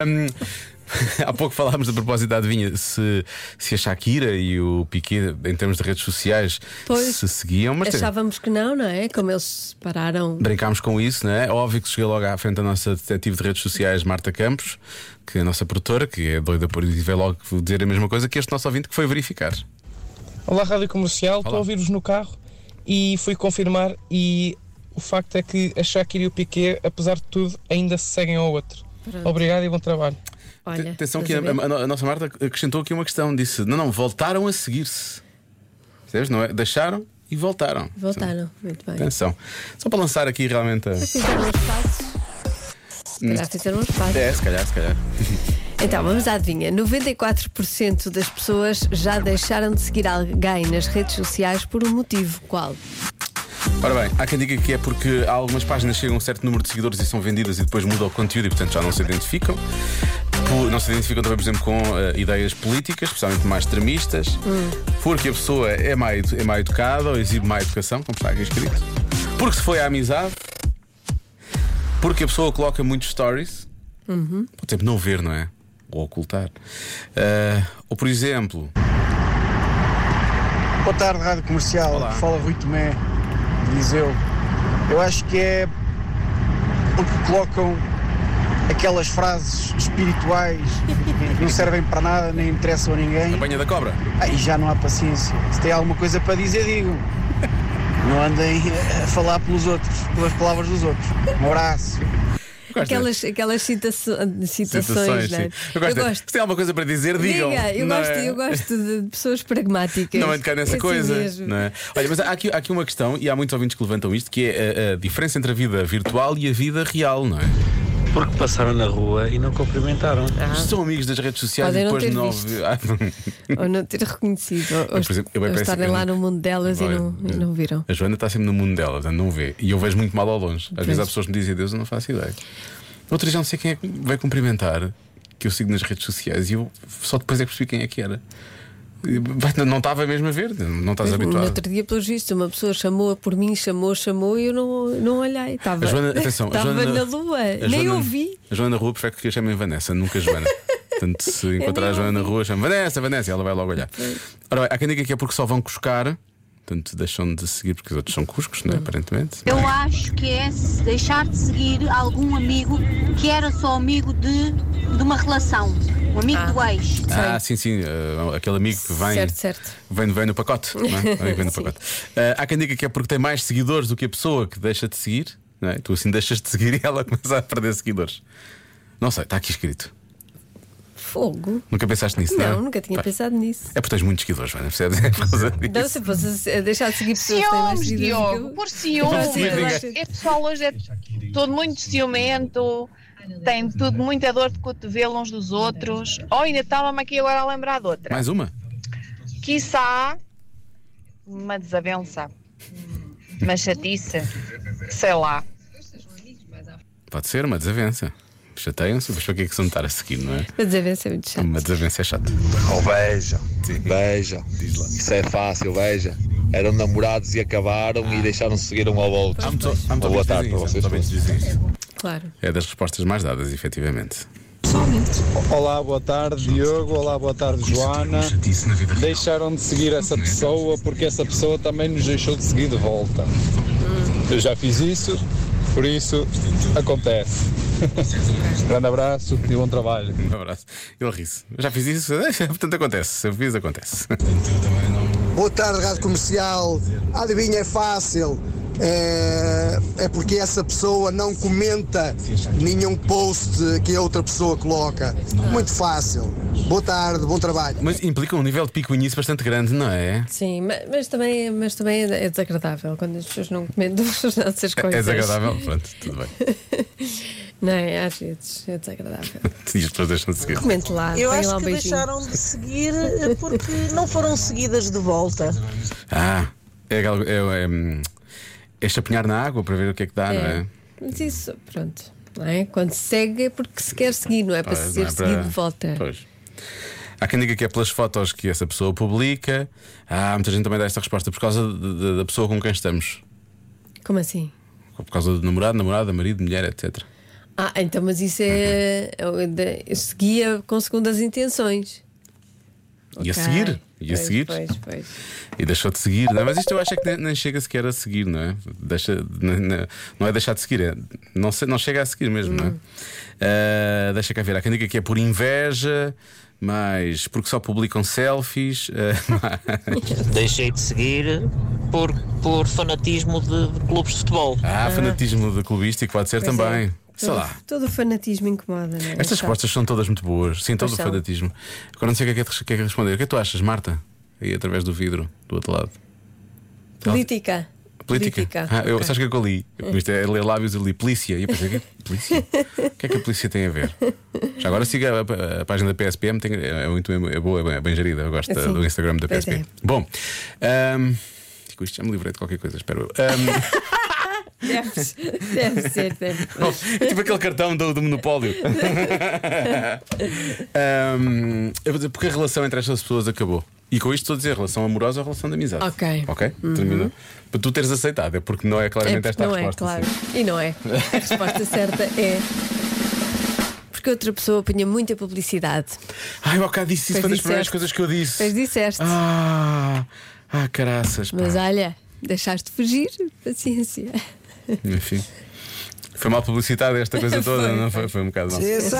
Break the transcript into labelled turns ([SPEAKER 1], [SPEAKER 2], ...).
[SPEAKER 1] Hum, há pouco falámos a propósito da adivinha se, se a Shakira e o Piquet, em termos de redes sociais,
[SPEAKER 2] Pois.
[SPEAKER 1] se seguiam, mas tem-
[SPEAKER 2] Achávamos que não, não é? Como eles se separaram.
[SPEAKER 1] brincámos com isso, não é? Óbvio que cheguei logo à frente da nossa detetive de redes sociais, Marta Campos, que é a nossa produtora, que é doida por isso e veio logo dizer a mesma coisa que este nosso ouvinte que foi verificar.
[SPEAKER 3] Olá, Rádio Comercial. Estou a ouvir-vos no carro e fui confirmar e o facto é que a Shakira e o Piquet, apesar de tudo, ainda se seguem ao outro. Obrigado e bom trabalho.
[SPEAKER 2] Olha,
[SPEAKER 1] Atenção que é a,
[SPEAKER 2] estás a ver?
[SPEAKER 1] a- a nossa Marta acrescentou aqui uma questão, disse: não, não, voltaram a seguir-se. Percebes? Não é? Deixaram e voltaram.
[SPEAKER 2] voltaram. Muito bem.
[SPEAKER 1] Atenção. Só para lançar aqui realmente a.
[SPEAKER 2] Fizeram uns passos. Se calhar fizeram uns passos.
[SPEAKER 1] É, se calhar, se calhar.
[SPEAKER 2] Então, vamos à adivinha. 94% das pessoas já deixaram de seguir alguém nas redes sociais por um motivo. Qual?
[SPEAKER 1] Ora bem, há quem diga que é porque há algumas páginas chegam a um certo número de seguidores e são vendidas e depois muda o conteúdo e, portanto, já não se identificam. Por- não se identificam também, por exemplo, com eh, ideias políticas, especialmente mais extremistas, porque a pessoa é má, edu- é má educada ou exibe má educação, como está aqui escrito, porque se foi à amizade, porque a pessoa coloca muitos stories, por exemplo, não ver, não é? Ou ocultar. Eh, ou, por exemplo,
[SPEAKER 4] Boa tarde, Rádio Comercial.
[SPEAKER 1] Olá.
[SPEAKER 4] Fala Rui Tomé, de Viseu. Eu acho que é porque colocam aquelas frases espirituais que não servem para nada, nem interessam a ninguém.
[SPEAKER 1] banha da cobra.
[SPEAKER 4] Aí já não há paciência. Se tem alguma coisa para dizer, digam. Não andem a falar pelos outros, pelas palavras dos outros. Um abraço.
[SPEAKER 1] Gosto
[SPEAKER 2] Aquelas, aquelas citaço- citações,
[SPEAKER 1] Situações,
[SPEAKER 2] não é?
[SPEAKER 1] é. sim. Eu gosto. Se tem alguma coisa para dizer, digam.
[SPEAKER 2] Diga, eu
[SPEAKER 1] Não
[SPEAKER 2] gosto,
[SPEAKER 1] é?
[SPEAKER 2] eu gosto de pessoas pragmáticas.
[SPEAKER 1] Não é de cá nessa
[SPEAKER 2] Assim
[SPEAKER 1] coisa.
[SPEAKER 2] mesmo.
[SPEAKER 1] não é? Olha, mas há aqui, há aqui uma questão, e há muitos ouvintes que levantam isto, que é a, a diferença entre a vida virtual e a vida real, não é?
[SPEAKER 5] Porque passaram na rua e não cumprimentaram.
[SPEAKER 1] São amigos das redes sociais
[SPEAKER 2] Podem
[SPEAKER 1] e
[SPEAKER 2] não
[SPEAKER 1] depois
[SPEAKER 2] ter
[SPEAKER 1] não.
[SPEAKER 2] visto.
[SPEAKER 1] Ah,
[SPEAKER 2] Ou não ter reconhecido. Ou, ou
[SPEAKER 1] É, por exemplo, eu
[SPEAKER 2] ou
[SPEAKER 1] bem penso-
[SPEAKER 2] estarem
[SPEAKER 1] eu- é.
[SPEAKER 2] lá no mundo delas e
[SPEAKER 1] Olha,
[SPEAKER 2] não, e não viram.
[SPEAKER 1] A Joana está sempre no mundo dela, portanto, não vê. E eu vejo muito mal ao longe. Às
[SPEAKER 2] Pois.
[SPEAKER 1] vezes há pessoas que me dizem Deus, eu não faço ideia. Outras já não sei quem é que vai cumprimentar, que eu sigo nas redes sociais, e eu só depois é que percebi quem é que era. E, vai, Não não estava mesmo a ver, não é estás
[SPEAKER 2] No
[SPEAKER 1] habituado.
[SPEAKER 2] outro dia, pelos vistos, uma pessoa chamou por mim, chamou, chamou e eu não, não olhei. Estava,
[SPEAKER 1] A Joana, atenção, a
[SPEAKER 2] estava
[SPEAKER 1] Joana,
[SPEAKER 2] na lua,
[SPEAKER 1] a
[SPEAKER 2] nem
[SPEAKER 1] Joana-
[SPEAKER 2] ouvi.
[SPEAKER 1] A Joana na rua prefere que a chamem Vanessa, nunca Joana. Portanto, se encontrar a
[SPEAKER 2] nem
[SPEAKER 1] Joana na rua, chama Vanessa, Vanessa, e ela vai logo olhar. Ora bem, há quem diga que é porque só vão cuscar, portanto, deixam de seguir porque os outros são cuscos,
[SPEAKER 2] Hum.
[SPEAKER 1] não é? Aparentemente.
[SPEAKER 6] Eu acho que é se deixar de seguir algum amigo que era só amigo de, de uma relação, um amigo do ex.
[SPEAKER 1] Ah, sim, sim, eh, aquele amigo que vem.
[SPEAKER 2] Certo, certo.
[SPEAKER 1] Vem, vem no pacote. Não é? Vem- vem no
[SPEAKER 2] Sim.
[SPEAKER 1] pacote. Eh, há quem diga que é porque tem mais seguidores do que a pessoa que deixa de seguir. Não é? Tu assim deixas de seguir e ela começa a perder seguidores. Não sei, está aqui escrito.
[SPEAKER 2] Fogo?
[SPEAKER 1] Nunca pensaste nisso, não?
[SPEAKER 2] Não,
[SPEAKER 1] é?
[SPEAKER 2] nunca tinha
[SPEAKER 1] Pá,
[SPEAKER 2] pensado nisso.
[SPEAKER 1] É porque tens muitos seguidores, Joana, percebes? É por causa disso.
[SPEAKER 2] Não, se fosse a deixar de seguir pessoas que têm mais seguidores
[SPEAKER 7] Ciúmes,
[SPEAKER 2] do que eu-
[SPEAKER 7] Diogo, por ciúmes.
[SPEAKER 1] Sim, diga.
[SPEAKER 7] Este pessoal hoje é todo muito ciumento, tem tudo muita dor de cotovelo uns dos outros. Oh, ainda estava-me aqui agora a lembrar de outra.
[SPEAKER 1] Mais uma?
[SPEAKER 7] Quiçá uma desavença, uma chatice, sei lá.
[SPEAKER 1] Pode ser uma desavença. Chateiam-se, mas para que é que se vão estar a seguir, não é?
[SPEAKER 2] Mas devem ser muito chato.
[SPEAKER 1] Uma desavença é chata.
[SPEAKER 8] Oh, veja, veja, isso é fácil, veja. Eram namorados e acabaram e deixaram-se seguir um ao outro.
[SPEAKER 1] Há muito- há muito
[SPEAKER 8] Uma boa
[SPEAKER 1] ouvintes que
[SPEAKER 8] tarde
[SPEAKER 1] dizem
[SPEAKER 8] para
[SPEAKER 1] isso,
[SPEAKER 8] vocês
[SPEAKER 1] há muito ouvintes que dizem isso.
[SPEAKER 2] Claro.
[SPEAKER 1] É das respostas mais dadas, efetivamente.
[SPEAKER 3] Olá, boa tarde, Diogo. Olá, boa tarde, Joana. Deixaram de seguir essa pessoa porque essa pessoa também nos deixou de seguir de volta. Eu já fiz isso, por isso acontece. Grande abraço e bom trabalho.
[SPEAKER 1] Um abraço. Ele ri-se. Eu Já fiz isso, portanto acontece. Se eu fiz, acontece.
[SPEAKER 9] Boa tarde, Rádio Comercial. A Adivinha é fácil. É, é porque essa pessoa não comenta nenhum post que a outra pessoa coloca. Muito fácil. Boa tarde, bom trabalho.
[SPEAKER 1] Mas implica um nível de picuinhice bastante grande, não é?
[SPEAKER 2] Sim, ma- mas, também, mas também é desagradável quando as pessoas não comentam as nossas
[SPEAKER 1] É
[SPEAKER 2] coisas.
[SPEAKER 1] desagradável? Pronto, tudo bem.
[SPEAKER 2] Não é? Às vezes é desagradável.
[SPEAKER 1] E as pessoas deixam de seguir.
[SPEAKER 2] Comente lá,
[SPEAKER 10] Eu
[SPEAKER 2] põe
[SPEAKER 10] acho
[SPEAKER 2] lá um
[SPEAKER 10] que
[SPEAKER 2] beijinho.
[SPEAKER 10] deixaram de seguir eh, porque não foram seguidas de volta.
[SPEAKER 1] Ah, é, aquela- é, é, hum, é chapinhar na água para ver o que é que dá, não é?
[SPEAKER 2] Mas isso, pronto. Não é? Quando se segue é porque se quer seguir, não é para
[SPEAKER 1] Pois,
[SPEAKER 2] ser
[SPEAKER 1] não é
[SPEAKER 2] seguido
[SPEAKER 1] para-
[SPEAKER 2] de volta.
[SPEAKER 1] Pois. Há quem diga que é pelas fotos que essa pessoa publica. Ah, muita gente também dá esta resposta por causa de- de- da pessoa com quem estamos.
[SPEAKER 2] Como assim?
[SPEAKER 1] Por causa do namorado, namorada, marido, mulher, etc.
[SPEAKER 2] Ah, então, mas isso é. eu- de- eu Seguia com segundas intenções.
[SPEAKER 1] E a
[SPEAKER 2] Ok.
[SPEAKER 1] seguir? E a
[SPEAKER 2] Pois,
[SPEAKER 1] seguir?
[SPEAKER 2] Pois, pois.
[SPEAKER 1] E deixou de seguir. Não, mas isto eu acho é que nem, nem chega sequer a seguir, não é? Deixa, n- n- não é deixar de seguir, é, não, se- não chega a seguir mesmo, não é?
[SPEAKER 2] Hum.
[SPEAKER 1] Ah, deixa cá ver. Há quem diga que é por inveja, mas porque só publicam selfies. ah,
[SPEAKER 11] Deixei de seguir por, por fanatismo de, de clubes de futebol.
[SPEAKER 1] ah, fanatismo de clubístico pode ser
[SPEAKER 2] Pois
[SPEAKER 1] também.
[SPEAKER 2] é.
[SPEAKER 1] Sei
[SPEAKER 2] Todo-
[SPEAKER 1] lá.
[SPEAKER 2] Todo o fanatismo incomoda, não é?
[SPEAKER 1] Estas
[SPEAKER 2] Sabe?
[SPEAKER 1] respostas são todas muito boas. Sim, todo
[SPEAKER 2] Pois
[SPEAKER 1] o
[SPEAKER 2] são.
[SPEAKER 1] fanatismo. Agora não sei o que é que é de- que é que é responder. O que é que tu achas, Marta? Aí através do vidro, do outro lado.
[SPEAKER 2] Política.
[SPEAKER 1] Política. Ah, eu, Sabes o que é que eu li? Eu, isto é ler lábios, eu li polícia. E eu pensei, o que é que, polícia? O que é que a polícia tem a ver? Já agora siga a, a- a página da PSPM, tem- é muito é boa, é bem, é bem gerida. Eu
[SPEAKER 2] Ah,
[SPEAKER 1] gosto da-
[SPEAKER 12] Sim.
[SPEAKER 1] do Instagram da
[SPEAKER 12] Pois
[SPEAKER 1] PSP.
[SPEAKER 12] é.
[SPEAKER 1] Bom, ahm, com isto já me livrei de qualquer coisa, espero eu. Ahm,
[SPEAKER 2] Deve ser, deve ser. Deve.
[SPEAKER 1] Bom, é tipo aquele cartão do, do monopólio. Ahm, eu vou dizer, porque a relação entre estas pessoas acabou. E com isto estou a dizer relação amorosa ou relação de amizade.
[SPEAKER 2] Ok.
[SPEAKER 1] Ok?
[SPEAKER 2] Uhum.
[SPEAKER 1] Termina. Para tu teres aceitado, é porque não é claramente
[SPEAKER 2] É,
[SPEAKER 1] esta a
[SPEAKER 2] não é,
[SPEAKER 1] resposta.
[SPEAKER 2] claro.
[SPEAKER 1] sim.
[SPEAKER 2] E não é. A resposta certa é. Porque outra pessoa apanha muita publicidade.
[SPEAKER 1] Ai, eu há bocado disse isso,
[SPEAKER 2] Pois
[SPEAKER 1] foi das
[SPEAKER 2] disseste.
[SPEAKER 1] primeiras coisas que eu disse.
[SPEAKER 2] Pois disseste.
[SPEAKER 1] Ah, ah caraças. pá.
[SPEAKER 2] Mas olha, deixaste fugir, paciência.
[SPEAKER 1] Enfim. Foi mal publicitada esta coisa toda,
[SPEAKER 2] é. Foi,
[SPEAKER 1] não foi? Foi um bocado mal.